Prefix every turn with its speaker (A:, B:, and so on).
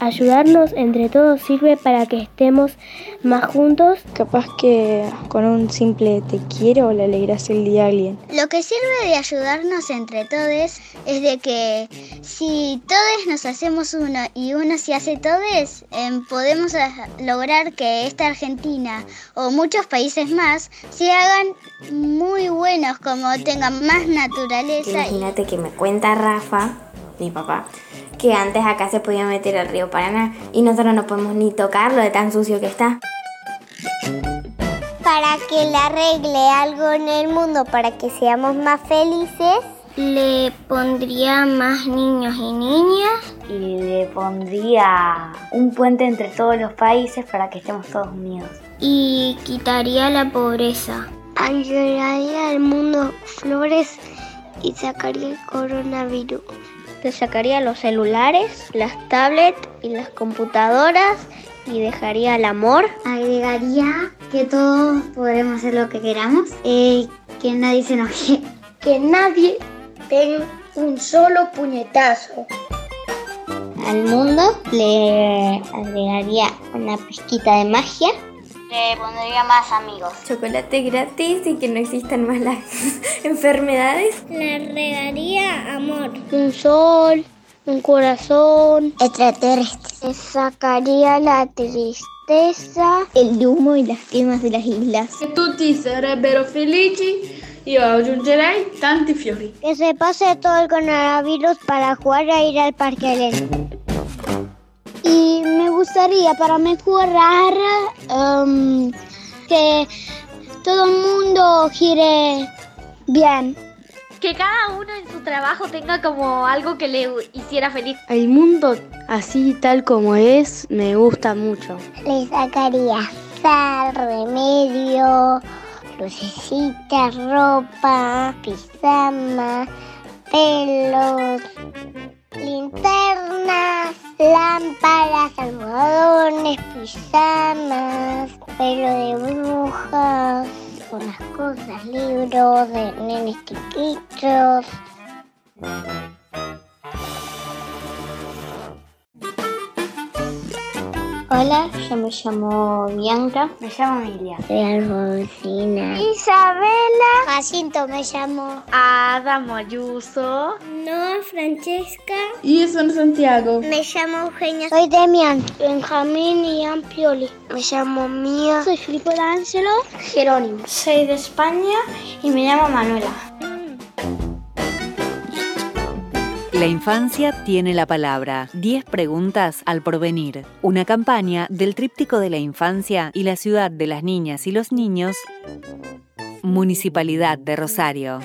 A: Ayudarnos entre todos sirve para que estemos más juntos.
B: Capaz que con un simple te quiero le alegras el día a alguien.
C: Lo que sirve de ayudarnos entre todos es de que si todos nos hacemos uno y uno se hace todos, eh, podemos lograr que esta Argentina o muchos países más se hagan muy buenos, como tengan más naturaleza.
D: Imagínate que me cuenta Rafa, mi papá, que antes acá se podía meter el río Paraná y nosotros no podemos ni tocarlo de tan sucio que está.
E: Para que le arregle algo en el mundo, para que seamos más felices,
F: le pondría más niños y niñas.
G: Y le pondría un puente entre todos los países para que estemos todos unidos.
F: Y quitaría la pobreza.
H: Ayudaría al mundo flores y sacaría el coronavirus.
I: Te sacaría los celulares, las tablets y las computadoras y dejaría el amor.
J: Agregaría que todos podremos hacer lo que queramos, eh, que nadie se enoje.
K: Que nadie den un solo puñetazo.
L: Al mundo le agregaría una pizquita de magia.
M: Le pondría más amigos.
D: Chocolate gratis y que no existan más las enfermedades.
N: Le regaría amor.
O: Un sol, un corazón.
P: Extraterrestres.
Q: Le sacaría la tristeza.
R: El humo y las quemas de las islas.
S: Que tutti sarebbero felici. Io aggiungerei tanti fiori.
T: Que se pase todo el coronavirus para jugar a ir al parque Elena.
D: Y me gustaría para mejorar
E: em,
D: um, que todo el mundo gire bien.
J: Que cada uno en su trabajo tenga como algo que le hiciera feliz.
K: El mundo así tal como es me gusta mucho.
E: Le sacaría sal, remedio, lucecitas, ropa, pijama, pelos, linternas lámparas, almohadones, pijamas, pelo de brujas, unas cosas, libros de nenes chiquitos.
F: Hola, yo me llamo Bianca.
A: Me llamo Emilia.
E: Alfonsina.
B: Isabela.
G: Jacinto me llamo.
H: Adamo Ayuso.
M: No, Francesca.
C: Y son Santiago.
P: Me llamo Eugenia.
I: Soy Demian.
U: Benjamín y Ampioli.
V: Me llamo Mía.
W: Soy Filipe D'Ángelo.
X: Jerónimo. Soy de España y me llamo Manuela.
Y: La infancia tiene la palabra. 10 preguntas al porvenir. Una campaña del Tríptico de la Infancia y la Ciudad de las Niñas y los Niños. Municipalidad de Rosario.